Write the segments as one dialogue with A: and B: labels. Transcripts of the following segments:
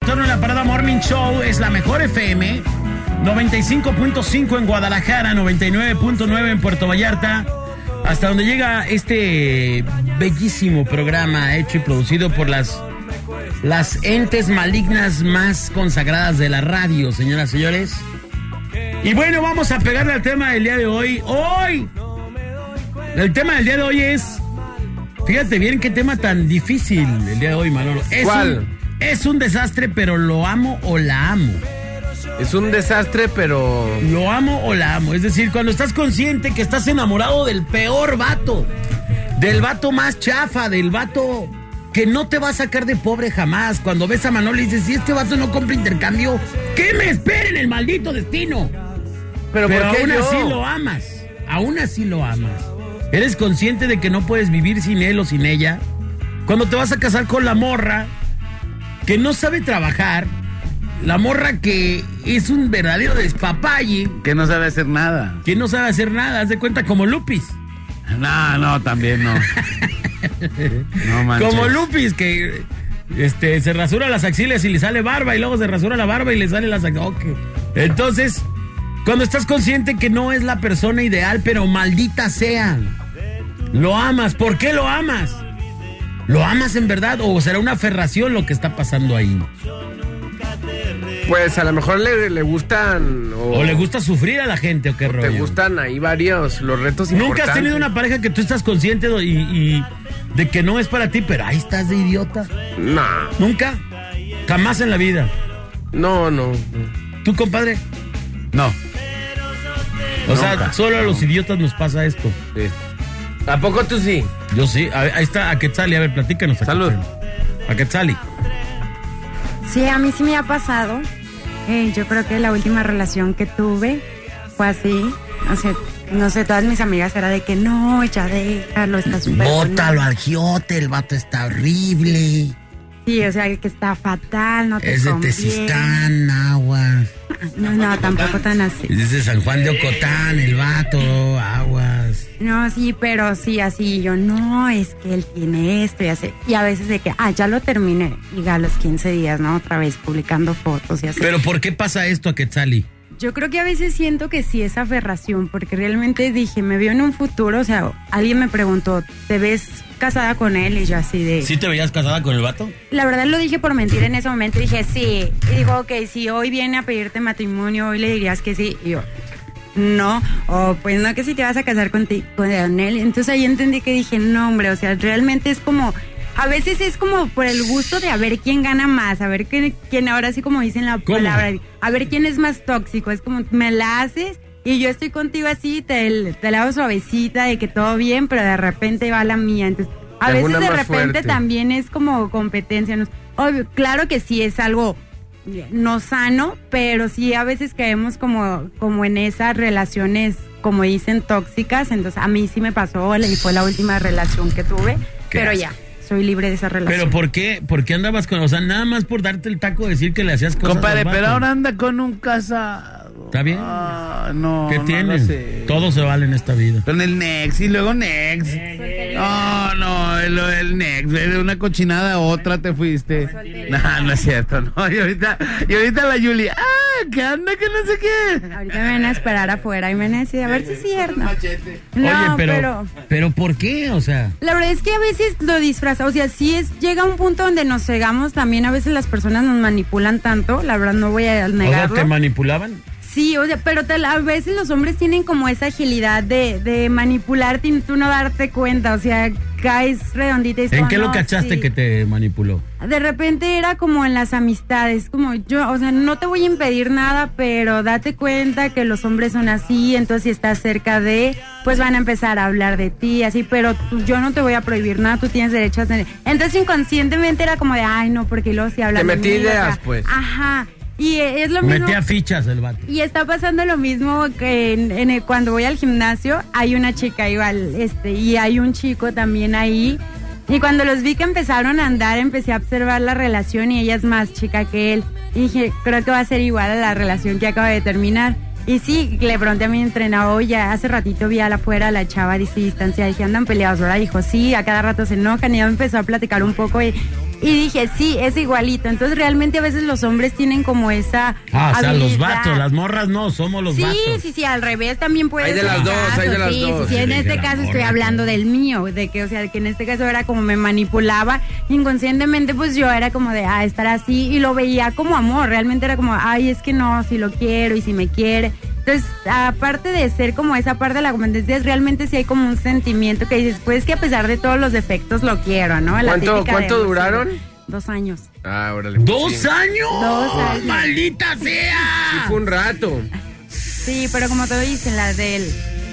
A: Torno en la Parada Morning Show es la mejor FM. 95.5 en Guadalajara, 99.9 en Puerto Vallarta. Hasta donde llega este bellísimo programa hecho y producido por las, las entes malignas más consagradas de la radio, señoras y señores. Y bueno, vamos a pegarle al tema del día de hoy. ¡Hoy! El tema del día de hoy es. Fíjate bien qué tema tan difícil el día de hoy, Manolo. Es
B: ¿Cuál?
A: un- es un desastre, pero lo amo o la amo.
B: Es un desastre, pero.
A: Lo amo o la amo. Es decir, cuando estás consciente que estás enamorado del peor vato, del vato más chafa, del vato que no te va a sacar de pobre jamás. Cuando ves a Manolo y dices, si este vato no compra intercambio, ¿qué me espera en el maldito destino?
B: Pero,
A: Pero,
B: ¿por qué
A: aún
B: yo?
A: así lo amas. Aún así lo amas. Eres consciente de que no puedes vivir sin él o sin ella. Cuando te vas a casar con la morra que no sabe trabajar, la morra que es un verdadero despapalle,
C: Que no sabe hacer nada.
A: que no sabe hacer nada, haz de cuenta como Lupis.
C: No, no, también no. No manches.
A: Como Lupis, que este, se rasura las axilas y le sale barba, y luego se rasura la barba y le sale las axilas. Entonces, cuando estás consciente que no es la persona ideal, pero maldita sea, lo amas. ¿Por qué lo amas? ¿Lo amas en verdad o será una aferración lo que está pasando ahí?
B: Pues a lo mejor le, le gustan. O,
C: Oh.
A: ¿O le gusta sufrir a la gente o qué rollo?
B: Te gustan ahí varios los retos
A: Nunca has
B: importantes.
A: tenido una pareja que tú estás consciente de- y- y de que no es para ti, pero ahí estás de idiota.
B: No,
A: ¿Nunca? Jamás en la vida.
B: no, no.
A: ¿Tú, compadre?
C: No.
A: O sea, solo a los idiotas nos pasa esto.
B: Sí. ¿A poco tú sí?
A: Yo sí. A ver, ahí está a Quetzali. A ver, platícanos. A
B: Salud.
A: Quetzali. A Quetzali.
D: Sí, a mí sí me ha pasado. Eh, yo creo que la última relación que tuve fue así. O sea, no sé, todas mis amigas era de que no, ya déjalo, está súper.
A: Bótalo al giote, el vato está horrible.
D: Sí, o sea, que está fatal, no te
A: Es de
D: conviene.
A: Tezistán, agua.
D: No, no, tampoco tan así.
A: Es de San Juan de Ocotán, el vato, aguas.
D: No, sí, pero sí, así yo, no, es que él tiene esto y así. Y a veces de que, ah, ya lo terminé. Y a los 15 días, ¿no? Otra vez publicando fotos y así.
A: Pero ¿por qué pasa esto a Quetzali?
D: Yo creo que a veces siento que sí es aferración, porque realmente dije, me veo en un futuro, o sea, alguien me preguntó, ¿te ves casada con él? Y yo así de...
A: ¿Sí te veías casada con el vato?
D: La verdad lo dije por mentir en ese momento, dije sí. Y dijo, ok, si hoy viene a pedirte matrimonio, hoy le dirías que sí. Y yo, no, o pues no que si te vas a casar con, ti- con él. Entonces ahí entendí que dije, no hombre, o sea, realmente es como... A veces es como por el gusto de a ver quién gana más, a ver quién, quién ahora sí como dicen la
A: ¿Cómo?
D: palabra, a ver quién es más tóxico. Es como, me la haces y yo estoy contigo así, te, te la hago suavecita de que todo bien, pero de repente va la mía. Entonces, a veces
B: Alguna
D: de
B: más
D: repente
B: fuerte.
D: también también es como competencia. ¿no? Obvio, claro que sí es algo no sano, pero sí a veces caemos como, como en esas relaciones, como dicen, tóxicas. Entonces a mí sí me pasó y fue la última relación que tuve,
A: Qué
D: pero
A: asco.
D: ya, soy libre de esa relación.
A: ¿Pero por qué? ¿Por qué andabas con.? O sea, nada más por darte el taco decir que le hacías cosas.
C: Compadre,
A: al vato.
C: pero ahora anda con un casado.
A: Está bien.
C: Ah, no.
A: ¿Qué
C: no
A: tiene?
C: lo sé.
A: Todo se vale en esta vida.
C: Con el Nex y luego Nex. No, no, el, el Nex. De una cochinada a otra te fuiste. No, no es cierto, no. Y ahorita, y ahorita la Yuli. Ah, que anda, que no sé qué.
D: Ahorita me van a esperar afuera y me van a decir, a ver si es cierto.
C: Machete.
D: No,
A: Oye, pero,
D: pero...
A: pero ¿por qué? O sea,
D: La verdad es que a veces lo disfraza, o sea, sí es, llega un punto donde nos cegamos también, a veces las personas nos manipulan tanto, la verdad no voy a
A: o sea,
D: negarlo.
A: ¿te manipulaban?
D: Sí, o sea, pero tal- a veces los hombres tienen como esa agilidad de, de manipularte y tú no darte cuenta, o sea, caes redondita y dices,
A: ¿En
D: "Oh,
A: qué lo
D: no,
A: cachaste
D: sí".
A: que te manipuló?
D: De repente era como en las amistades, como yo, o sea, no te voy a impedir nada, pero date cuenta que los hombres son así, entonces si estás cerca de, pues van a empezar a hablar de ti, así, pero tú- yo no te voy a prohibir nada, tú tienes derecho a tener. Entonces inconscientemente era como de, ay, no, porque luego si hablan
B: Te
D: de
B: metí
D: mí", o sea,
B: ideas, pues.
D: Ajá. Y eh, es lo mismo.
A: Metía fichas el vato.
D: Y está pasando lo mismo que en, en el- cuando voy al gimnasio, hay una chica igual, este, y hay un chico también ahí. Y cuando los vi que empezaron a andar, empecé a observar la relación y ella es más chica que él. Y dije, creo que va a ser igual a la relación que acaba de terminar. Y sí, le pregunté a mi entrenador, oye, hace ratito vi a la afuera a la chava, dice distancia, dije, andan peleados, ¿verdad? Dijo, sí, a cada rato se enojan y ya me empezó a platicar un poco y Y dije, sí, es igualito. Entonces realmente a veces los hombres tienen como esa...
A: Ah, o sea, los
D: habilidad.
A: vatos, las morras no, somos los
D: sí,
A: vatos.
D: sí, sí, al revés también puede
B: Hay de
D: ser
B: las
D: el
B: dos,
D: caso,
B: hay de las
D: sí,
B: dos.
D: Sí, sí, en
A: Sí, que
D: este
A: la
D: caso estoy
A: morra,
D: hablando
A: claro.
D: del mío, de que, o sea, que en este caso era como me manipulaba inconscientemente, pues yo era como de, ah, estar así y lo veía como amor, realmente era como, ay, es que no, si lo quiero y si me quiere. Entonces, aparte de ser como esa parte de la competencia, es realmente sí hay como un sentimiento que dices, pues que a pesar de todos los defectos lo quiero, ¿no? La
B: ¿Cuánto-
D: típica de,
B: cuánto
D: no sé,
B: duraron?
D: Dos años.
B: Ah, órale. pues
A: ¿Dos
B: sí.
A: años?
D: Dos años.
A: ¡Maldita
B: Sí,
A: sea!
B: fue un rato.
D: Sí, pero como todo dicen, las del,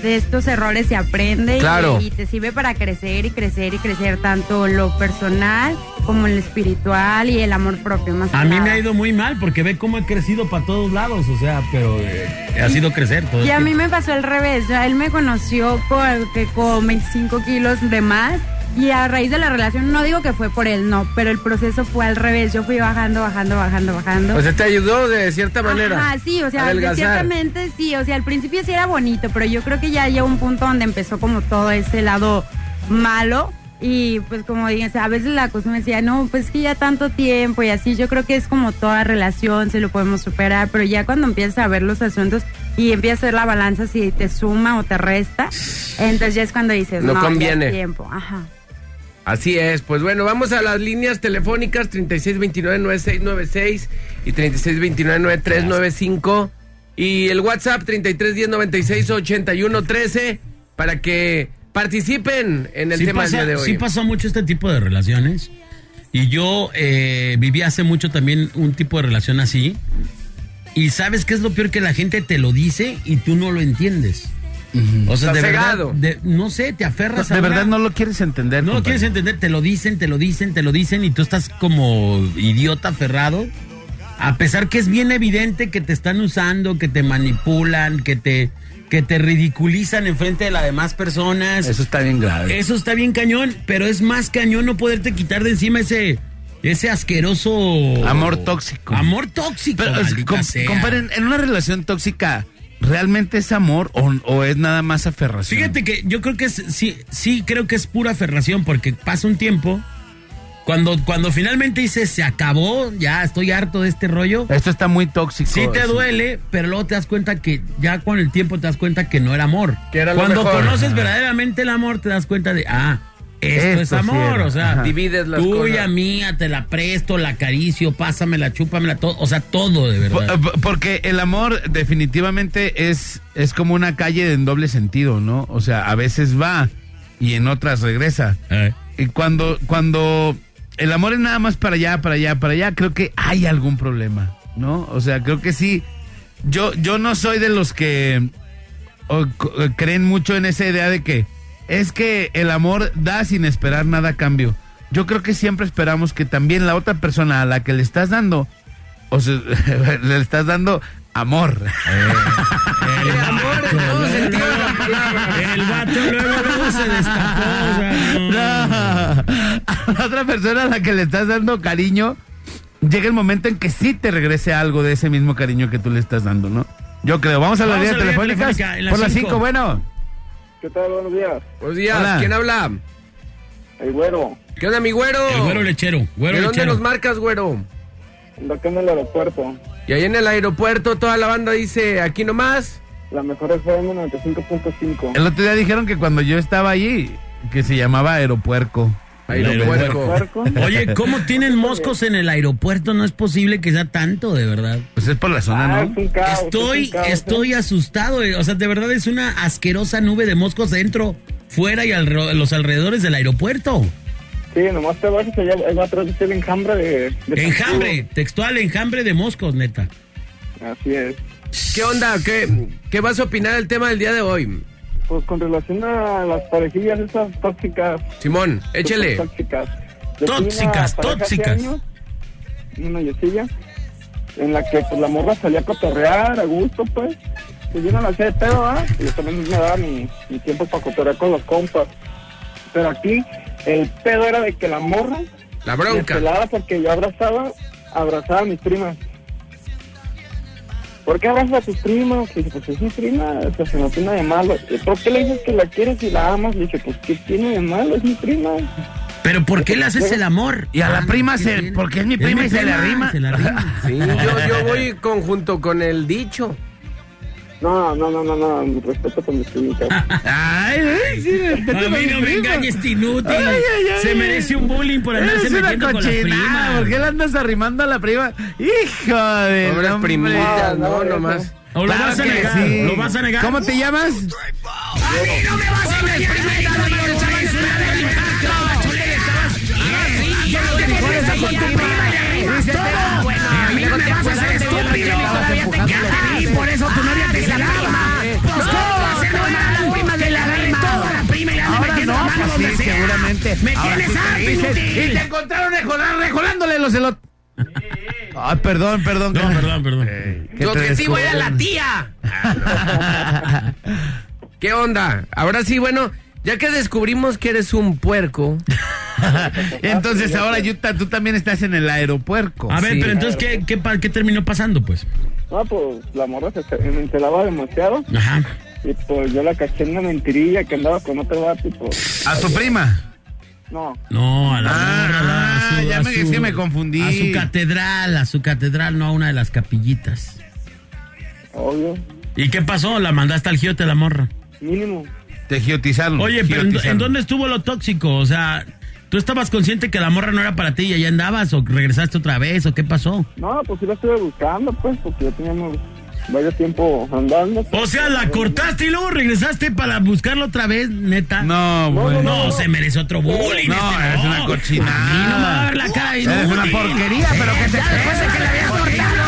D: de estos errores se aprende y-
B: Claro.
D: y, te sirve para crecer y crecer y crecer tanto lo personal como el espiritual y el amor propio más que
A: A mí me
D: nada.
A: ha ido muy mal porque ve cómo he crecido para todos lados, o sea, pero eh, ha sido crecer todo el
D: Y a
A: tiempo.
D: mí me pasó al revés, ya él me conoció con, que con 25 kilos de más y a raíz de la relación, no digo que fue por él, no, pero el proceso fue al revés, yo fui bajando, bajando, bajando, bajando.
B: O
C: Pues este
B: sea, te ayudó de cierta manera.
D: Ajá, sí, o sea,
B: Adelgazar.
D: ciertamente sí, o sea, al principio sí era bonito, pero yo creo que ya llegó un punto donde empezó como todo ese lado malo y pues como dije, o sea, a veces la costumbre decía, no, pues que ya tanto tiempo y así, yo creo que es como toda relación, se lo podemos superar, pero ya cuando empiezas a ver los asuntos y empiezas a ver la balanza si te suma o te resta, entonces ya es cuando dices,
B: No
D: no, ya es
B: conviene".
D: tiempo, ajá.
B: Así es, pues bueno, vamos a las líneas telefónicas 3629-9696 y 3629-9395 y el WhatsApp 3310-968113 para que participen en el
A: sí
B: tema
A: pasa,
B: del día de hoy.
A: sí pasa mucho este tipo de relaciones. Y yo eh, viví hace mucho también un tipo de relación así. Y sabes qué es lo peor que la gente te lo dice y tú no lo entiendes. O sea, de
B: Está cegado.
A: verdad, de- no sé, te aferras a
C: De
A: una-
C: verdad no lo quieres entender.
A: no lo
C: compadre.
A: quieres entender, te lo dicen, te lo dicen, te lo dicen y tú estás como idiota aferrado. A pesar que es bien evidente que te están usando, que te manipulan, que te, que te ridiculizan en frente de las demás personas.
C: Eso está bien grave.
A: Eso está bien cañón, pero es más cañón no poderte quitar de encima ese ese asqueroso
C: Amor tóxico.
A: Amor tóxico.
C: Pero, es-
A: maldita
C: com-
A: sea.
C: compadre, en- en una relación tóxica, ¿realmente es amor o, o es nada más aferración?
A: Fíjate que yo creo que es, sí, sí creo que es pura aferración porque pasa un tiempo cuando cuando finalmente dices se acabó, ya estoy harto de este rollo.
C: Esto está muy tóxico.
A: Sí te
C: eso.
A: duele, pero luego te das cuenta que ya con el tiempo te das cuenta que no era amor.
B: Que era lo
A: Cuando
B: mejor.
A: conoces
B: Ajá.
A: verdaderamente el amor te das cuenta de ah esto,
C: Esto
A: es
C: sí
A: amor,
C: era.
A: o sea,
C: Ajá.
B: Divides las
A: tuya,
B: cosas.
A: mía, ah, te la presto, la acaricio, pásamela, chúpamela, todo, o sea, todo de
C: Po-
A: verdad.
C: po- Porque el amor definitivamente es, es como una calle en doble sentido, ¿no? O sea, a veces va y en otras regresa.
A: Eh.
C: Y cuando, cuando el amor es nada más para allá, para allá, para allá, creo que hay algún problema, ¿no? O sea, creo que sí. Yo, yo no soy de los que o co- eh, creen mucho en esa idea de que es que el amor da sin esperar nada a cambio. Yo creo que siempre esperamos que también la otra persona a la que le estás dando, o sea, le estás dando amor.
A: El
B: amor en
A: vato,
B: todo
A: luego,
B: sentido de la palabra.
A: Pues, El vato luego, luego se destapó. o sea, no.
C: No, a la otra persona a la que le estás dando cariño, llega el momento en que sí te regrese algo de ese mismo cariño que tú le estás dando, ¿no? Yo creo. Vamos a la
A: Vamos
C: línea
A: a la línea
C: telefónica.
A: telefónica, en la
C: Por las
A: cinco.
C: 5, bueno.
E: ¿Qué tal? Buenos días. Eh,
B: Buenos días,
C: Hola.
B: ¿quién habla?
E: El güero,
B: ¿Qué onda, mi güero?
A: El güero lechero, güero
B: ¿De dónde
A: lechero.
B: nos marcas, güero?
E: ando acá en el aeropuerto.
B: Y ahí en el aeropuerto toda la banda dice, aquí nomás.
E: La mejor FM 95.5.
C: El otro día dijeron que cuando yo estaba allí, que se llamaba Aeropuerco.
B: Aeropuerto.
E: Puerco.
A: Oye, ¿cómo tienen moscos en el aeropuerto? No es posible que sea tanto, de verdad.
C: Pues es por la zona,
E: Ah,
C: ¿no?
E: es un caos, es
A: Estoy,
E: un caos, ¿eh?
A: estoy asustado. eh. O sea, de verdad es una asquerosa nube de moscos dentro, fuera y alre- los alrededores del aeropuerto.
E: Sí, nomás te bajas allá, ahí va atrás dice el enjambre de... de
A: Enjambre, textual, enjambre de moscos, neta.
E: Cancún. Así es.
B: ¿Qué onda? ¿Qué, ¿Qué vas a opinar del tema del día de hoy?
E: Pues con relación a las parejillas esas tóxicas.
B: Simón, échele.
E: súper Tóxicas. Yo tuve una
A: Tóxicas,
E: pareja hace
A: tóxicas.
E: años, Una yesilla. En la que pues la morra salía a cotorrear a gusto, pues. Pues yo no la hacía de pedo, ¿ah? Y yo también me daba mi, mi tiempo para cotorrear con los compas. Pero aquí el pedo era de que la morra
B: La
E: me
B: bronca.
E: pelaba porque yo abrazaba, abrazaba a mis primas. ¿Por qué abrazas a tus primas? Le dije, pues es mi prima, o sea, se no tiene nada de malo. "¿Y ¿Por qué le dices que la quieres y la amas? Le dije, pues ¿qué tiene de malo? Es mi prima.
A: Pero ¿por qué le haces el amor?
C: Y a la
A: Ah,
C: prima
A: ¿qué
C: se-
A: tiene?
C: porque es mi prima y se le arrima.
A: Se le arrima.
B: Sí, yo, yo voy conjunto con el dicho.
E: No, no, no, no, no, respeto con mis clientes.
C: Ay, ay, sí, respeto
A: A
C: con
A: mí
C: mi
A: no me
C: prima.
A: engañes, este inútil.
C: Ay, ay, ay.
A: Se merece un bullying por andarse
C: Eres una
A: metiendo con las
C: cochinada. ¿Por qué
A: primas.
C: le andas arrimando a la prima? Hijo de.
B: Pobres
C: hombre.
B: primitas, no,
E: No, no,
B: nomás.
A: ¿O lo
C: Claro
A: vas a
C: que
A: negar?
C: sí.
A: ¿Lo vas a negar?
C: ¿Cómo te llamas? Ahora no, pues sí, seguramente. Ahora sí te dices, Y te encontraron rejolar- rejolándole los elotes. Ay, perdón, perdón.
A: No,
C: que-
A: perdón, perdón.
C: que te descubran.
B: tía. ¿Qué onda? Ahora sí, bueno, ya que descubrimos que eres un puerco,
C: Entonces ahora, Yuta, tú también estás en el aeropuerto.
A: A ver,
B: Sí.
A: pero entonces, ¿qué, qué, pa- qué terminó pasando, pues?
E: No, pues la morra se encelaba demasiado
A: Ajá.
E: y pues yo la caché en una mentirilla que andaba con otro vato y pues,
C: A tu prima.
E: no.
A: No, a la
C: Ah,
A: morra, a la- a su-
C: ya
A: a
C: me- es
A: su-
C: que me confundí.
A: A su catedral, a su catedral, no a una de las capillitas.
E: Obvio,
A: ¿Y qué pasó? ¿La mandaste al giote la morra?
E: mínimo.
C: Te giotizaron.
A: Oye, pero ¿en,
C: giotizaron.
A: en dónde estuvo lo tóxico? O sea, ¿tú estabas consciente que la morra no era para ti y allá andabas? ¿O regresaste otra vez? ¿O qué pasó?
E: No, pues sí la estuve buscando, pues, porque ya teníamos varios tiempo andando. pues.
A: O sea, la cortaste y luego regresaste para buscarla otra vez, neta.
C: No,
E: No,
C: bueno.
A: No, se merece otro bullying.
C: No,
A: este
C: es una cochinada.
A: A mí no me va a ver la cara de
C: Eres una
A: inútil.
C: porquería, pero que te crees.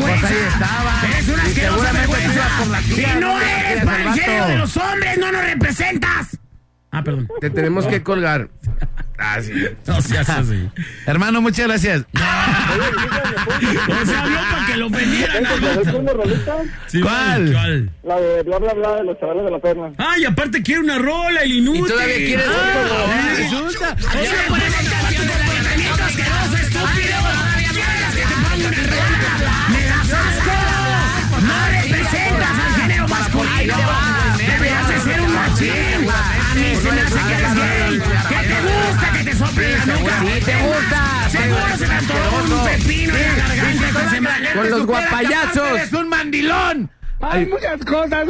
C: Pues ahí estaba. Eres una asquerosa vergüenza. Y no eres panchero de los
A: Ah, perdón.
B: te tenemos que colgar.
A: No seas así.
C: Hermano, muchas gracias.
A: O sea, habló para que lo vendieran al
E: ¿Sabes
A: vato.
E: cómo rolita?
A: Sí,
C: ¿Cuál?
A: ¿Cuál?
E: La de bla, bla, bla de los chavales de la perla.
A: Ay, aparte quiere una rola, el
B: Y
A: inútil. Ah,
B: todavía quieres.
C: Ahora resulta.
B: Con los
C: Supera,
B: guapayazos.
C: ¡Eres un mandilón!
E: Hay muchas cosas.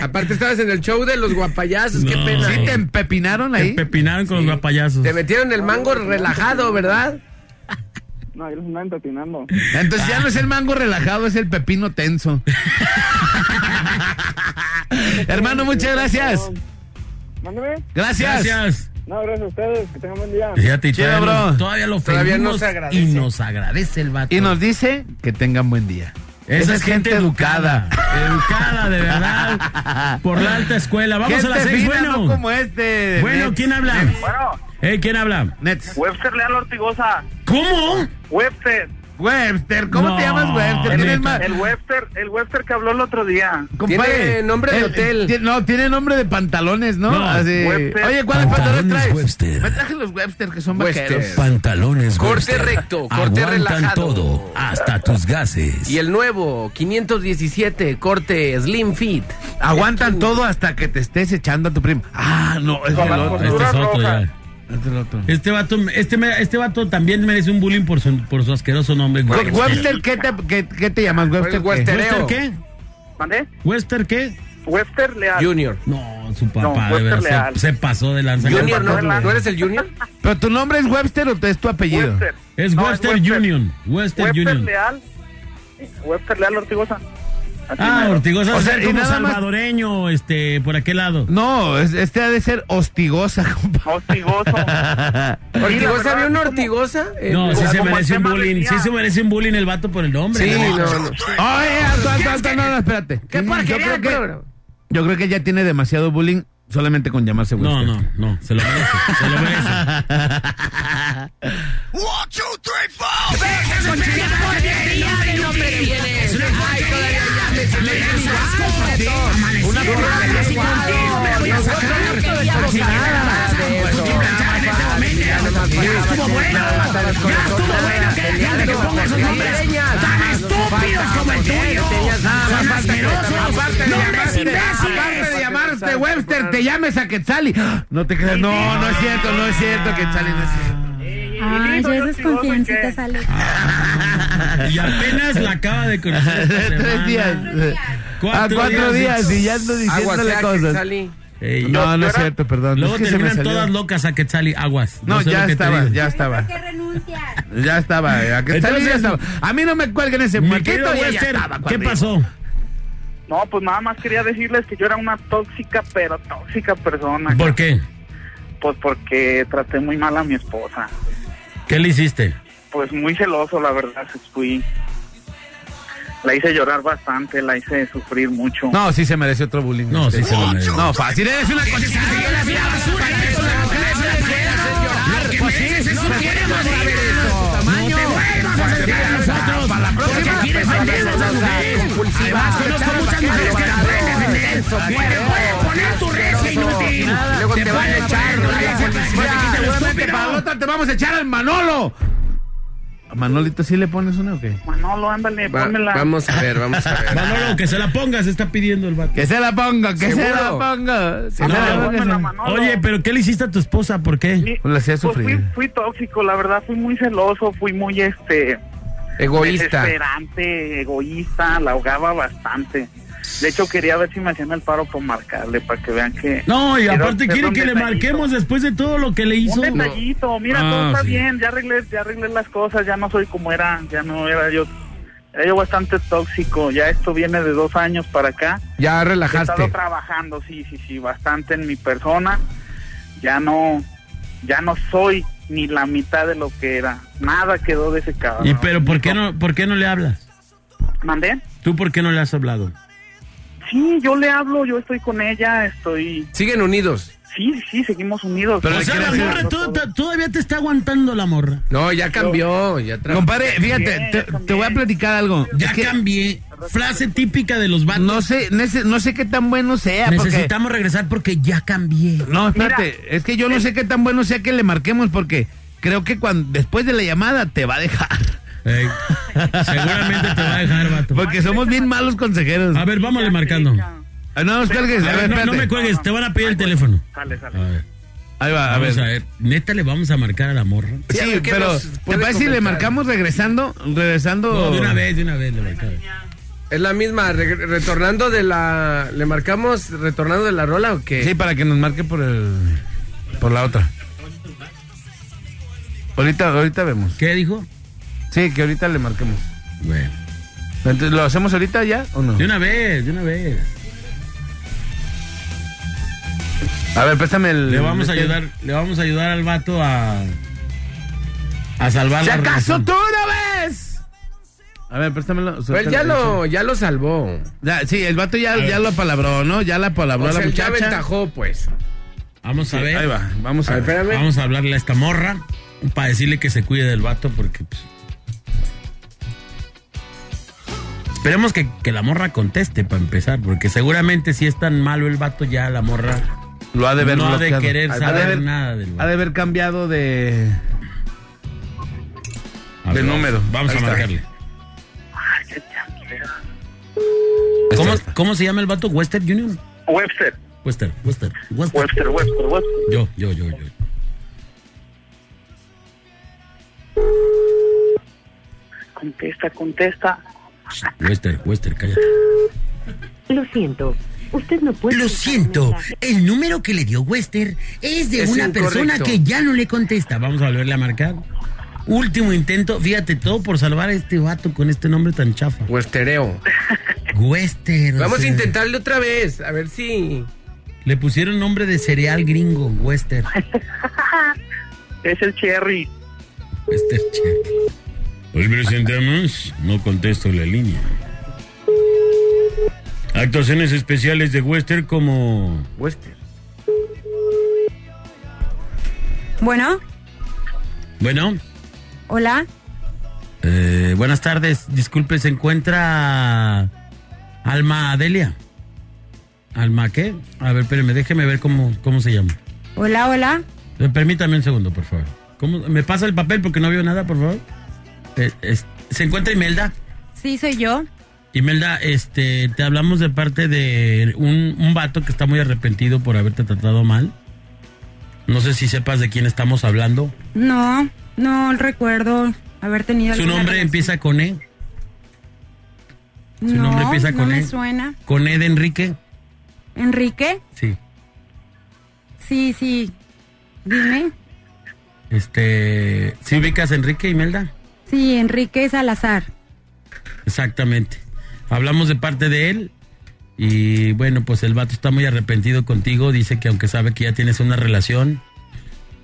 B: Aparte estabas en el show de los guapayazos, qué
A: No.
B: pena.
C: ¿Sí te empepinaron ahí?
A: Pepinaron con los guapayazos.
B: Te metieron el mango relajado, ¿verdad?
E: No, yo los andaba entretinando.
C: Entonces ya no es el mango relajado, es el pepino tenso. Hermano, muchas gracias.
E: Mándame.
C: Gracias.
A: Gracias.
E: No, gracias a ustedes. Que tengan buen día.
A: Fíjate, y
C: Chido,
A: todavía,
C: bro.
A: nos- todavía lo
B: Todavía
A: ofendimos
B: no se agradece.
A: y nos agradece el vato.
C: Y nos dice que tengan buen día.
A: Esa es gente educada. Educada, de verdad. Por la alta escuela. Vamos
C: Gente
A: a las seis.
C: fina,
A: Bueno,
C: no como este.
A: bueno
C: Nets.
A: ¿quién habla?
F: Bueno,
A: Eh, ¿Quién habla?
C: Nets.
F: Webster Leal Ortigosa,
A: ¿Cómo?
F: Webster,
C: Webster, ¿cómo
A: No,
C: te llamas Webster?
A: el-
C: Tienes más.
F: el Webster, el Webster que habló el otro día.
B: Tiene nombre de hotel.
C: ti- no, tiene nombre de pantalones, ¿no?
A: No.
C: Así-
F: Webster.
C: Oye, ¿cuáles pantalones
A: Pantalones
C: traes?
A: Webster.
C: Me traje los Webster, que son
B: Webster.
C: vaqueros.
A: Pantalones
B: Corte Webster. recto, corte Aguantan relajado. todo,
A: hasta tus gases.
B: Y el nuevo, 517, corte Slim Fit.
C: Aguantan todo hasta que te estés echando a tu primo. Ah, no, es el
F: las
C: otro.
A: Este es otro
F: rojas.
A: ya.
C: Es el otro.
A: Este vato, este, me- este vato también merece un bullying por su, por su asqueroso nombre.
C: Webster, Webster, ¿qué te, qué, qué te llamas? Webster,
B: Pues, Webster.
C: ¿qué?
A: ¿Webster
B: Creo.
A: qué?
F: ¿Mandé?
A: ¿Webster qué?
F: Webster Leal.
B: Junior.
A: No, su papá,
F: No,
A: de
F: Webster
A: verdad,
F: Leal.
A: se, se pasó de lanza.
B: Junior, ¿no?
F: Leal.
B: ¿No eres el Junior?
C: ¿Pero tu nombre es Webster o es tu apellido?
F: Webster.
A: Es
F: No,
A: Webster Union. Webster,
F: Webster
A: Union.
F: Leal. Webster Leal Ortigosa. Así
A: Ah,
F: mero.
A: Ortigosa
C: O
A: o
C: sea, y
A: como
C: nada más-
A: salvadoreño, este, por aquel lado.
C: No, es- este ha de ser hostigosa, compa.
F: Hostigoso.
B: ¿Ortigosa había una
F: como-
B: Ortigosa? Eh,
A: No,
B: eh,
A: sí se
F: como el
A: merece un
F: tema
A: bullying,
F: decía.
A: sí se merece un bullying el vato por el nombre.
B: Sí,
A: ¿no?
B: no, no.
C: Oye, alto, alto, alto, no, no, espérate.
B: ¿Qué
C: Mm,
B: porquería
C: yo,
B: de
C: creo que,
B: programa?
C: yo creo que ya tiene demasiado bullying solamente con llamarse
A: No,
C: Webster.
A: no, no, se lo merece, se lo merece.
B: Una porquería. Nosotros no queríamos saber nada de eso.
A: pues este ya estuvo bueno. Ya estuvo bueno que gente que ponga esos nombres tan estúpidos como el tuyo. Son asquerosos. Nombres
C: Aparte de
A: imbéciles.
C: llamarte Webster, te llames a Quetzali. No te creas. No, no es cierto, no es cierto, Quetzali, no es cierto.
D: Ay, Ah, ya esas confiancitas, Alex.
A: Ah, Y apenas la acaba de conocer. esta
C: Tres
A: semana.
C: días. A
A: Cuatro
C: cuatro
A: días.
C: días y ya ando diciéndole
B: Aguacea,
C: cosas.
B: Quetzalí.
A: Ey,
C: No, no es cierto, perdón.
A: Luego
C: es que se me
A: terminan
C: salió.
A: todas locas a Quetzali aguas.
C: No,
A: sé lo
C: ya
A: que te
C: estaba,
A: digo.
C: ya estaba.
D: que renuncias?
C: Ya estaba, eh, a Quetzalí
A: Entonces,
C: ya estaba. A mí no me cuelguen ese
A: Mi
C: muertito.
A: querido
C: yo ya
A: Wester,
C: estaba
A: ¿qué
C: cuando-
A: pasó?
F: No, pues nada más quería decirles que yo era una tóxica, pero tóxica persona.
A: ¿Por qué?
F: Pues porque traté muy mal a mi esposa.
A: ¿Qué le hiciste?
F: Pues muy celoso, la verdad, se fui. La hice llorar bastante, la hice sufrir mucho.
C: No, sí se merece otro bullying.
A: No,
C: Este.
A: sí se lo merece.
C: No, fácil, eres una cochinada.
B: Luego te van a echar. ¿no?
C: Seguramente para la otra te vamos a echar al Manolo. ¿A Manolito sí le pones una o qué?
F: Manolo, ándale,
B: Va-
F: pónmela.
B: vamos a ver, vamos a ver.
A: Manolo, que se la pongas, está pidiendo el vato.
C: Que se la ponga, que se la
B: ¿Seguro?
C: ponga. Se
A: No,
C: la
A: no,
C: ponga, se
F: pónmela,
C: la-
F: Manolo.
A: Oye, pero ¿qué le hiciste a tu esposa? ¿Por qué?
F: Sí,
C: Pues la hacía
F: pues
C: sufrir.
F: fui, fui tóxico, la verdad, fui muy celoso, fui muy este
B: Egoísta.
A: este,
F: desesperante, egoísta, la ahogaba bastante. De hecho, quería ver si me hacían el paro por marcarle, para que vean que...
A: No, y
F: Quiero
A: aparte
F: hacer
A: quiere
F: un
A: que le
F: detallito.
A: marquemos después de todo lo que le hizo.
F: Un detallito, mira,
A: Ah,
F: todo está
A: sí.
F: bien, ya arreglé, ya arreglé las cosas, ya no soy como era, ya no era yo... Era yo bastante tóxico, ya esto viene de dos años para acá.
B: Ya
F: He estado
B: relajaste.
F: trabajando, sí, sí, sí, bastante en mi persona. Ya no, ya no soy ni la mitad de lo que era. Nada quedó de ese cabrón.
A: ¿Y pero por qué no, por qué no le hablas?
F: ¿Mandé?
A: ¿Tú por qué no le has hablado?
F: Sí, yo le hablo, yo estoy con ella, estoy...
B: Siguen unidos.
F: Sí, sí, seguimos unidos.
C: Pero
A: O
C: le
A: sea,
C: quiere
A: la
C: hacer-
A: morra to- to- todavía te está aguantando la morra.
B: No, ya cambió. Ya tra-
C: Compadre, fíjate,
F: Bien,
C: te,
F: también.
C: te voy a platicar algo.
A: Ya
C: Es que
A: cambié. Frase típica de los vatos.
C: no sé, nece- no sé qué tan bueno sea. porque-
A: Necesitamos regresar porque ya cambié.
C: No, espérate, es que yo no sé qué tan bueno sea que le marquemos porque creo que cuando después de la llamada te va a dejar.
A: Ey, seguramente te va a dejar, vato.
C: Porque somos bien malos consejeros.
A: A ver, vámonos marcando.
C: Ah, No nos cuelgues.
A: A ver, no, no
C: espérate.
A: me cuelgues, te van a pedir el teléfono.
F: Sale,
A: A
F: sale.
A: ver,
C: Ahí va, a
A: vamos
C: ver.
A: a ver. Neta, le vamos a marcar a la morra.
C: Sí,
B: Sí, a ver, ¿qué
C: pero
B: nos
C: ¿te
B: puede
C: parece si le
B: comentar?
C: marcamos regresando? Regresando.
A: No, de una vez, de una vez le marcamos.
B: Es la misma. re- retornando de la. ¿Le marcamos retornando de la rola o qué?
C: Sí, para que nos marque por el por la otra. Ahorita ahorita vemos.
A: ¿Qué dijo?
C: Sí, que ahorita le marquemos.
A: Bueno.
C: Entonces, ¿lo hacemos ahorita ya o no?
A: De una vez, de una vez.
C: A ver, préstame el
A: Le vamos a ayudar, le vamos a ayudar al vato a a salvar
C: ¿Se
A: la
C: acaso
A: relación.
C: tú una vez? A ver, préstamelo.
B: Pero él Pues ya lo, ya lo salvó.
C: Ya, sí, el vato ya, ya lo palabró, ¿no? Ya la palabró
B: O
C: a
B: sea,
C: la
B: él ya
C: muchacha.
B: aventajó, pues.
A: Vamos a
C: Sí,
A: ver.
C: Ahí va, vamos a,
B: A ver,
C: ver.
B: espérame.
A: Vamos a hablarle a esta morra para decirle que se cuide del vato porque pues, Esperemos que, que la morra conteste para empezar, porque seguramente si es tan malo el vato ya la morra
C: Lo ha de ver
A: no ha de
C: bloqueado.
A: querer
C: Ha de
A: saber
C: haber-
A: nada del
C: Ha de
A: vato.
C: haber cambiado de.
A: A
C: de
A: ver,
C: número.
A: Vamos
C: Ahí
A: a
C: está.
A: marcarle. ¿Cómo, cómo se llama el vato? Wester Junior.
F: Webster,
A: Wester, Wester, Wester.
F: Webster, Webster, Webster.
A: Yo, yo, yo, yo.
F: Contesta, contesta.
A: Wester, Wester, cállate.
G: Lo siento. Usted no puede.
H: Lo siento, el número que le dio Wester es de
B: Es
H: una persona
B: incorrecto.
H: que ya no le contesta.
A: Está, vamos a volverle a marcar. Último intento, fíjate, todo por salvar a este vato con este nombre tan chafa.
B: Huestereo.
C: Ah,
A: Wester. o
B: Vamos a
A: sea,
B: intentarle otra vez. A ver si.
A: Le pusieron nombre de cereal gringo, Wester.
F: Es el Cherry.
A: Wester Cherry. Hoy presentamos No contesto la línea. Actuaciones especiales de Wester como...
B: Huester.
D: Bueno,
A: Bueno,
D: hola.
A: eh, buenas tardes. Disculpe, ¿se encuentra Alma Adelia? ¿Alma qué? A ver, espéreme, déjeme ver cómo, cómo se llama.
D: Hola, hola.
A: Eh, Permítame un segundo, por favor. ¿Cómo? ¿Me pasa el papel porque no veo nada, por favor? Eh, es- ¿Se encuentra Imelda?
D: Sí, soy yo.
A: Imelda, este, te hablamos de parte de un, un vato que está muy arrepentido por haberte tratado mal. No sé si sepas de quién estamos hablando.
D: No, no recuerdo haber tenido.
A: Su
D: alguna
A: nombre
D: relación.
A: empieza con E. su
D: no,
A: nombre empieza con
D: no
A: E.
D: me suena.
A: ¿Con E de Enrique?
D: Enrique.
A: Sí.
D: Sí, sí. Dime.
A: Este, ¿sí ubicas a Enrique Imelda?
D: Sí, Enrique Salazar.
A: Exactamente. Hablamos de parte de él y bueno, pues el vato está muy arrepentido contigo, dice que aunque sabe que ya tienes una relación,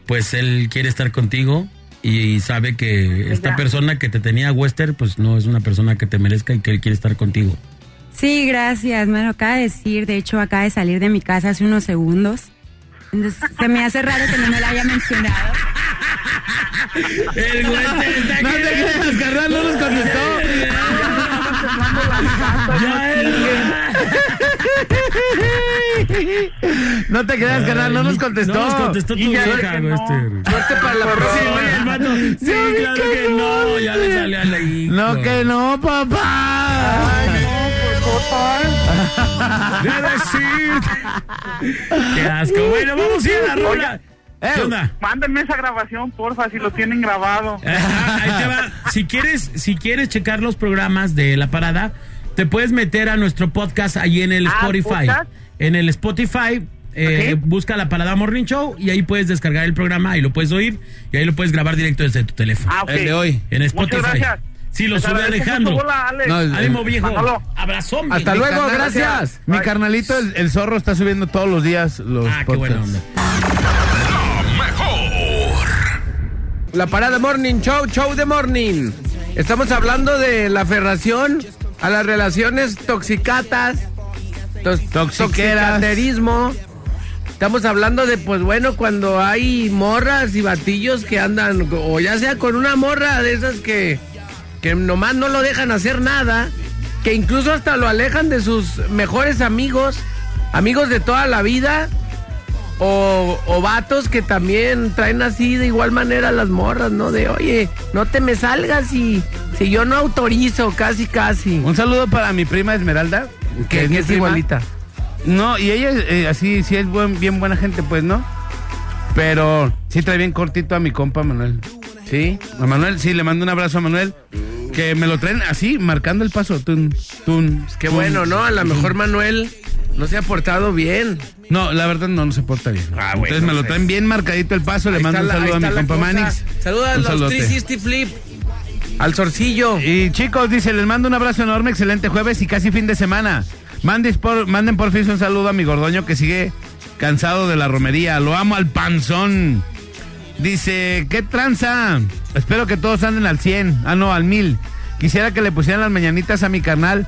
A: pues él quiere estar contigo y sabe que esta persona que te tenía Wester, pues no es una persona que te merezca y que él quiere estar contigo.
D: Sí, gracias. Me lo acaba de decir. De hecho, acaba de salir de mi casa hace unos segundos. Entonces, se me hace raro que no me lo haya mencionado.
A: El Wester está
C: No te creas, carnal, no nos contestó. No te creas, carnal, no nos contestó.
A: No nos contestó tu
F: Y ya
A: vieja,
F: que no.
A: Wester.
B: Suerte para la
A: Sí,
B: próxima.
A: el vato, sí, claro que no, ya le salió a la hija.
C: No, que no, papá.
A: de decir. Qué asco. Bueno, vamos a ir a la rola.
C: Oye,
A: ¿Qué
C: eh.
A: onda?
F: Mándenme esa grabación, porfa, si lo tienen grabado.
A: Ajá, ahí te va. Si quieres, si quieres checar los programas de la parada, te puedes meter a nuestro podcast ahí en el
F: Ah,
A: Spotify.
F: ¿podcast?
A: En el Spotify. eh,
F: Ok.
A: Busca la parada Morning Show y ahí puedes descargar el programa y lo puedes oír y ahí lo puedes grabar directo desde tu teléfono.
F: Ah, ok.
C: El de hoy.
A: En Spotify.
F: Muchas gracias.
A: Sí, lo
F: Les
A: sube
F: agradezco
A: Alejandro.
F: mucho, hola, Alex.
C: No, el-
A: Ánimo viejo.
F: Manolo.
A: Abrazón.
C: Hasta
A: viejo.
C: luego,
B: carnal,
C: gracias.
B: gracias.
C: Mi
F: Bye.
C: carnalito, el, el zorro, está subiendo todos los días los
A: Ah, qué buena
C: podcasts.
A: onda.
B: La parada Morning Show, Show de Morning. Estamos hablando de la aferración a las relaciones toxicatas, tos-
C: Toxiqueras.
B: toxicaterismo. Estamos hablando de, pues bueno, cuando hay morras y batillos que andan, o ya sea con una morra de esas que, que nomás no lo dejan hacer nada, que incluso hasta lo alejan de sus mejores amigos, amigos de toda la vida, o, o vatos que también traen así de igual manera las morras, ¿no? De, oye, no te me salgas si, si yo no autorizo, casi, casi.
C: Un saludo para mi prima Esmeralda, que es, mi prima.
B: igualita.
C: No, y ella eh, así sí es buen- bien buena gente, pues, ¿no? Pero sí trae bien cortito a mi compa Manuel.
B: ¿Sí?
C: A Manuel, sí, le mando un abrazo a Manuel. Que me lo traen así, marcando el paso. Tun, tun,
B: Qué
C: tun.
B: bueno, ¿no? A lo mejor Manuel no se ha portado bien.
C: No, la verdad no, no se porta bien.
B: Ah, bueno,
C: Entonces me lo
B: pues.
C: traen bien marcadito el paso. Le
B: Ahí
C: mando
B: está
C: un
B: la- ahí
C: saludo a mi
B: está la
C: compa
B: cosa.
C: Manix.
B: Saluda a
C: Un
B: los
C: saludote.
B: 360 Flip. Al Sorcillo.
C: Y chicos, dice, les mando un abrazo enorme, excelente jueves y casi fin de semana. Mandis por- manden por fin un saludo a mi gordoño que sigue cansado de la romería. Lo amo al panzón. Dice, ¿qué tranza? Espero que todos anden al 100, ah no, al 1000. Quisiera que le pusieran las mañanitas a mi carnal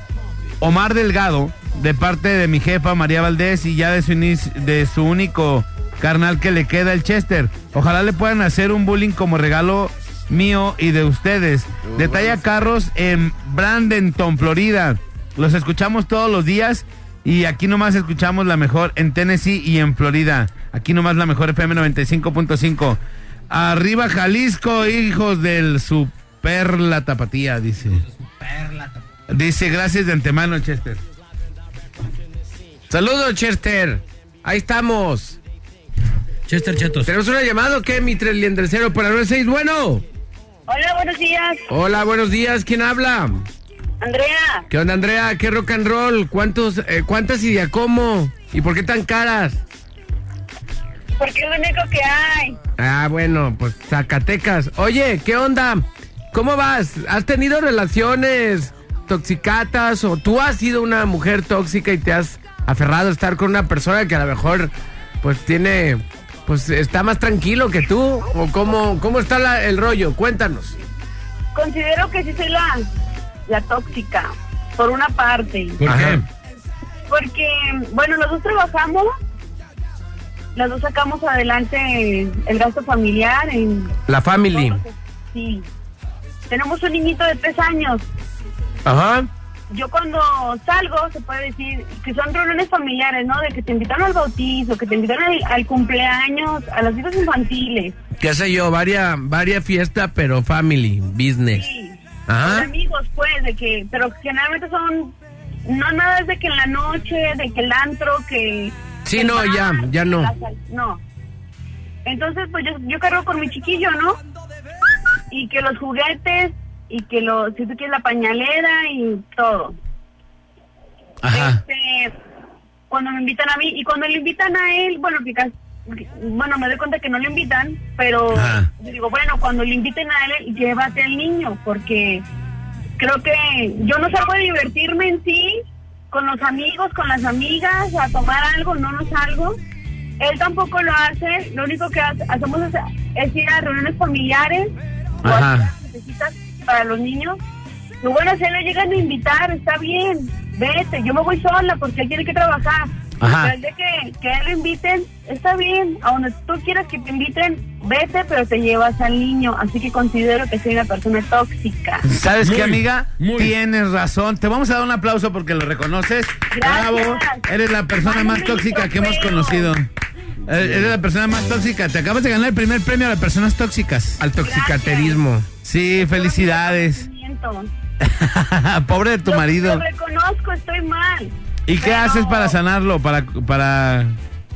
C: Omar Delgado, de parte de mi jefa María Valdés y ya de su, inis- de su único carnal que le queda, el Chester. Ojalá le puedan hacer un bullying como regalo mío y de ustedes. Detalla Carros en Brandenton, Florida. Los escuchamos todos los días y aquí nomás escuchamos la mejor en Tennessee y en Florida. Aquí nomás la mejor FM 95.5. Arriba Jalisco, hijos del super la tapatía, dice. Dice, gracias de antemano, Chester.
B: Saludos, Chester. Ahí estamos.
A: Chester Chetos.
B: ¿Tenemos una llamada o qué, mi tres liendrecero para 96? Bueno.
I: Hola, buenos días,
B: Hola, buenos días. ¿Quién habla?
I: Andrea.
B: ¿Qué onda, Andrea? ¿Qué rock and roll? ¿Cuántos, eh, ¿Cuántas y de a cómo? ¿Y por qué tan caras?
I: Porque es lo único que hay.
B: Ah, bueno, pues Zacatecas. Oye, ¿qué onda? ¿Cómo vas? ¿Has tenido relaciones toxicatas o tú has sido una mujer tóxica y te has aferrado a estar con una persona que a lo mejor pues tiene pues está más tranquilo que tú o cómo cómo está la- el rollo? Cuéntanos.
I: Considero que sí soy la, la tóxica, por una parte.
A: ¿Por
B: Ajá.
A: qué?
I: Porque, bueno, los dos trabajamos, los dos sacamos adelante el gasto familiar. En,
B: La family.
I: pues, sí. Tenemos un niñito de tres años.
B: Ajá.
I: Yo cuando salgo, se puede decir que son reuniones familiares, ¿no? De que te invitaron al bautizo, que te invitaron al, al cumpleaños, a las fiestas infantiles.
B: qué sé yo, varias varia fiesta, pero family, business.
I: Sí.
B: Ajá.
I: Con amigos, pues, de que, pero generalmente son, no nada es de que en la noche, de que el antro, que...
B: Sí,
I: que
B: no,
I: el
B: ya, ya no.
I: la sal- No. Entonces, pues yo, yo cargo con mi chiquillo, ¿no? Y que los juguetes, y que los, si tú quieres la pañalera y todo.
B: Ajá.
I: Este, cuando me invitan a mí, y cuando le invitan a él, bueno, que casi- bueno, me doy cuenta que no le invitan, pero
B: Ajá.
I: yo digo, bueno, cuando le inviten a él, llévate al niño, porque creo que yo no salgo a divertirme en sí, con los amigos, con las amigas, a tomar algo, no nos salgo. Él tampoco lo hace, lo único que hace- hacemos es, es ir a reuniones familiares o
B: Ajá.
I: hacer las necesitas para los niños. Lo bueno, si él lo llegan a invitar, está bien, vete, yo me voy sola porque él tiene que trabajar.
B: Ajá.
I: Pero el día que, que a él lo inviten, está bien, a donde tú quieras que te inviten, vete, pero te llevas al niño, así que considero que soy una persona tóxica.
C: ¿Sabes
A: Muy,
C: qué, amiga?
A: muy.
C: Tienes razón. Te vamos a dar un aplauso porque lo reconoces.
I: Gracias.
C: Bravo. Eres la persona
I: Ay,
C: más
I: me
C: tóxica
I: hizo
C: que hemos
I: feo.
C: conocido. Eh, Eres la persona más tóxica. Te acabas de ganar el primer premio a las personas tóxicas.
B: Al toxicaterismo.
C: Sí, felicidades.
I: Siento.
C: Ah, Pobre de tu
I: Lo-
C: marido.
I: Lo reconozco, estoy mal.
C: ¿Y qué
I: Pero-
C: haces para sanarlo? Para, para...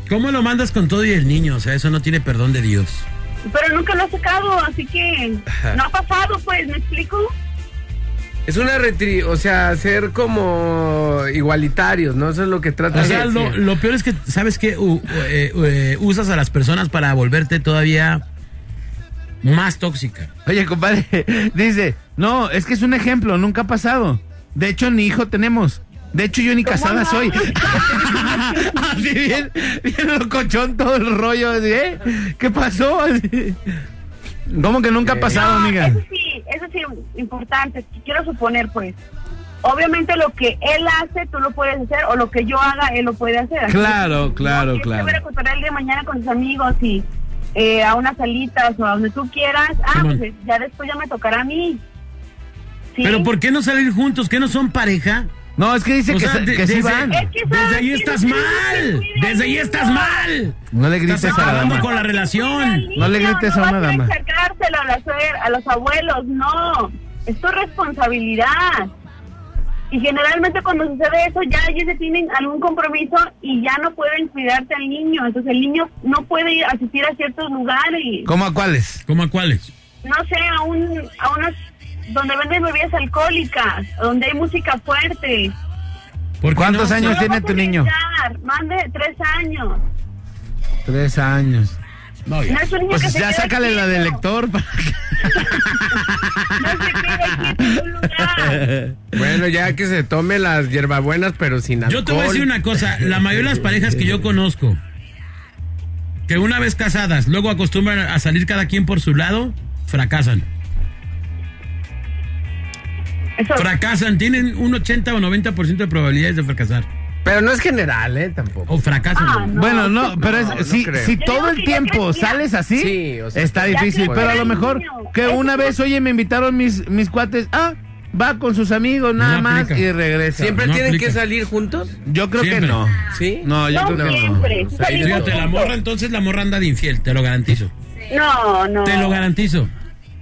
A: ¿Cómo lo mandas con todo y el niño? O sea, eso no tiene perdón de Dios.
I: Pero nunca lo he sacado, así que no ha pasado, pues, ¿me explico?
B: Es una retri... O sea, ser como igualitarios, ¿no? Eso es lo que trata
A: O
B: de
A: sea, lo,
B: decir.
A: lo peor es que, ¿sabes qué? U- eh, eh, usas a las personas para volverte todavía más tóxica.
C: Oye, compadre, dice, no, es que es un ejemplo, nunca ha pasado. De hecho, ni hijo tenemos. De hecho, yo ni casada
I: no?
C: soy. Así bien, bien locochón todo el rollo. así, ¿eh? ¿Qué pasó? Así. ¿Cómo que
A: Eh.
C: nunca ha pasado, amiga?
I: Eso sí, eso sí, importante. Quiero suponer, pues. Obviamente lo que él hace, tú lo puedes hacer, o lo que yo haga, él lo puede hacer. Así
C: Claro,
I: que,
C: claro,
I: no, tienes
C: claro.
I: que ver a cotorrear el día de mañana con tus amigos y eh, a unas salitas o a donde tú quieras. Ah,
A: Simón.
I: pues ya después ya me tocará a mí. ¿Sí?
A: Pero ¿por qué no salir juntos? ¿Que no son pareja?
C: No, es que dice
A: O
C: que,
A: sea, eh,
C: sa-
A: de-
C: que sí
A: desde-
C: van.
I: Es que, ¿sabes
A: Desde ahí
I: qué?
A: estás
I: No tienes que
A: mal.
I: cuidar
A: Desde ahí
I: al
A: estás
I: niño.
A: mal.
C: No le grites
A: Estás
C: a la
A: acabando
C: dama.
A: con la relación.
C: No le grites a una
I: vas
C: dama.
I: a encharcárselo a, la suegra- a los abuelos, no. Es tu responsabilidad. Y generalmente cuando sucede eso, ya ellos ya tienen algún compromiso y ya no pueden cuidarte al niño. Entonces el niño no puede ir a asistir a ciertos lugares.
C: ¿Cómo a cuáles?
A: ¿Cómo a cuáles?
I: No sé, a, un, a unos donde venden bebidas alcohólicas, donde hay música fuerte.
A: ¿Por qué no?
C: ¿Cuántos
I: No
C: años
I: lo
C: tiene
I: vas a
C: tu niño?
I: arriesgar, Más de tres años.
C: Tres años.
A: No,
I: No
A: ya.
I: es un niño que
C: Pues
I: se
C: ya
I: queda
C: sácale la del
I: quieto.
C: lector. para que-
I: No se queda quieto en un lugar.
B: Bueno, ya que se tome las hierbabuenas, pero sin alcohol.
A: Yo te voy a decir una cosa, la mayoría de las parejas que yo conozco, que una vez casadas, luego acostumbran a salir cada quien por su lado, fracasan.
I: Eso-
A: Fracasan, tienen un 80 o 90% de probabilidades de fracasar.
B: Pero no es general, ¿eh? Tampoco.
A: O fracasan.
I: Ah, no.
C: Bueno, no, pero es,
B: No, no
C: si,
B: creo.
C: si
I: Yo
C: todo
I: digo
C: el
I: que ya
C: tiempo
I: crecía.
C: sales así,
B: Sí, o sea,
C: está
B: ya
C: difícil.
I: crecía
C: Pero a
I: el
C: lo mejor
I: niño.
C: que
I: Eso
C: una
I: sí.
C: vez, oye, me invitaron mis, mis cuates, ah, va con sus amigos nada
A: No
C: más
A: aplica.
C: y regresa.
B: ¿Siempre
A: No
B: tienen
A: aplica.
B: que salir juntos?
C: Yo creo que
A: Siempre.
C: no.
B: ¿Sí?
C: No, yo
I: No,
C: creo que no.
I: siempre.
B: no, ahí
I: Salimos
A: Fíjate, la
I: juntos.
A: morra entonces la morra anda de infiel, te lo garantizo.
I: No, no.
A: Te lo garantizo.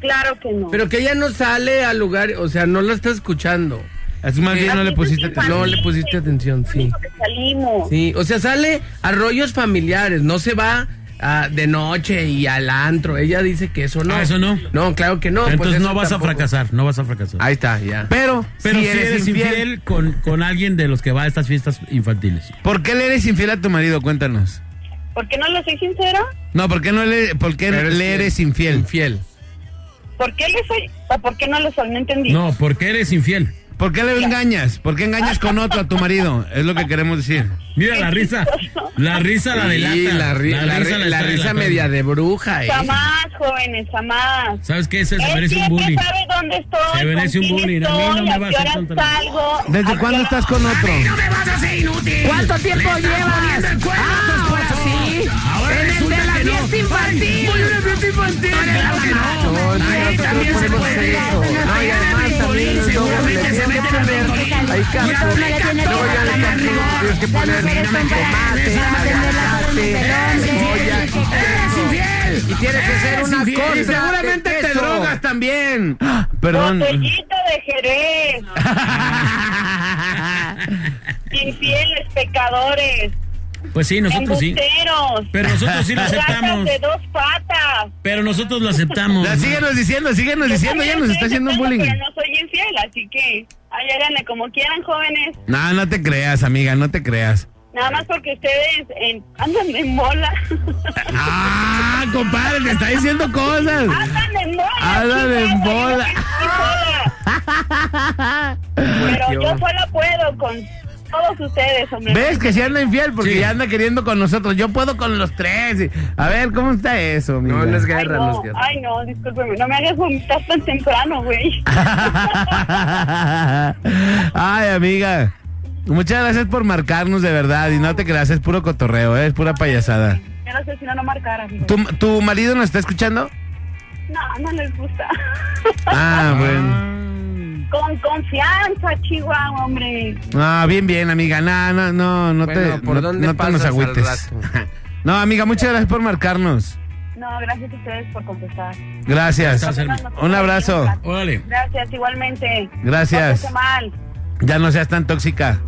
I: Claro que no.
B: Pero que ella no sale al lugar, o sea, no la está escuchando.
C: Es más bien no
I: Así
C: le
I: es
C: pusiste
I: infantil,
B: No le pusiste atención,
I: es lo
B: sí.
I: único que salimos.
B: Sí, o sea, sale a rollos familiares, no se va ah, de noche y al antro. Ella dice que eso no.
A: Ah, eso no.
B: No, claro que no. pues
A: Entonces
B: eso
A: no vas
B: tampoco.
A: a fracasar, no vas a fracasar.
B: Ahí está, ya.
C: Pero,
A: Pero si eres, infiel, con, con alguien de los que va a estas fiestas infantiles.
C: ¿por qué le eres infiel a tu marido? Cuéntanos.
I: ¿Por qué no le soy sincero?
C: No, ¿por qué no le, por qué
B: Pero es
C: le
B: fiel.
C: eres infiel?
B: Infiel.
I: ¿Por qué le soy o por qué no le soy? No entendí.
A: No, porque eres infiel.
C: ¿Por qué le engañas? ¿Por qué engañas con otro a tu marido? Es lo que queremos decir.
A: Mira la risa. La risa la
B: Sí,
A: delata.
B: la, ri- la ri-
A: la
B: la
A: está
B: risa
A: delatando.
B: media de bruja, eh.
I: Jamás, jóvenes, jamás.
A: ¿Sabes qué? Ese se
I: Él
A: merece un
I: siempre
A: bullying.
I: sabe dónde estoy,
A: Se merece
I: con
A: un
I: quién
A: bullying. A mí
I: estoy,
A: no me va a
I: qué
A: hacer
I: horas
A: tanto-
I: salgo.
C: ¿Desde cuándo estás con otro?
H: ¡No me vas a hacer inútil! ¿Cuánto tiempo llevas? ah, ahora sí. Ahora en el de la fiesta infantil. Voy a una fiesta infantil. Claro que no.
B: No, no,
H: Ahí
B: nosotros
H: también
B: no
H: se
B: podemos
H: puede.
B: hacer eso. No, y
H: Ahí en
B: además
H: el
B: también
H: Piolín
B: los
H: seguramente
B: hombres
H: se
B: no
H: meten a
B: tienen
H: ver.
B: Ahí
H: Ya
B: cambia.
H: no le tiene
B: No, ya le
H: tanta
B: cambia.
H: mano.
B: Tienes que
H: Las
B: ponerle
H: mujeres
B: tomate,
H: son para
B: aguacate,
H: defenderla con los pelones.
B: cebolla.
H: ¡Eres infiel!
A: infiel.
B: Y tiene que ser
A: Eres
B: una
A: infiel.
B: cosa.
C: Y seguramente
B: de
C: te
B: peso.
C: drogas también. Ah, Perdón.
I: Botellita de Jerez,
A: Ah.
I: infieles, pecadores,
A: Pues sí, nosotros sí.
I: embusteros,
A: Pero
C: pues
A: nosotros sí lo
I: ratas
A: aceptamos.
I: de dos patas.
A: Pero nosotros lo aceptamos.
C: La síguenos diciendo, síguenos
I: Yo
C: diciendo,
I: también
C: ya nos
I: estoy
C: está haciendo
I: aceptando,
C: bullying.
I: Pero no soy infiel, así que ay, háganle como quieran, jóvenes.
C: No, no te creas, amiga, no te creas.
I: Nada más porque ustedes en- andan en bola.
C: Ah, compadre, te está diciendo cosas.
I: andan en bola.
C: Andan
I: chicas,
C: en
I: yo no
C: bola.
I: soy sola. Pero yo sola puedo con todos ustedes, hombre.
C: ¿Ves que se anda infiel? Porque ya anda queriendo con nosotros. Yo puedo con los tres. A ver, ¿cómo está eso, amiga?
B: No, no es
I: Ay
B: guerra, no es
I: no,
B: guerra.
I: ay, no, discúlpeme, no me hagas vomitar tan temprano, güey.
C: Ay, amiga. Muchas gracias por marcarnos, de verdad. Y no te creas, es puro cotorreo, ¿eh? es pura payasada.
I: Yo no sé si no, no marcara, amigo.
C: ¿Tu, tu marido nos está escuchando?
I: No, no les gusta.
C: Ah, bueno.
I: con confianza, Chihuahua, hombre.
C: Ah, bien, bien, amiga. No, no, no, no
B: Bueno,
C: te,
B: ¿por
C: no,
B: dónde
C: no te nos
B: pasas al
C: agüites.
B: rato?
C: no, amiga, muchas gracias por marcarnos.
I: No, gracias a ustedes por contestar.
C: Gracias.
A: Estás hermosa.
C: Un abrazo.
A: Órale.
I: Gracias, igualmente.
C: Gracias.
I: Pórtese mal.
C: Ya no seas tan tóxica.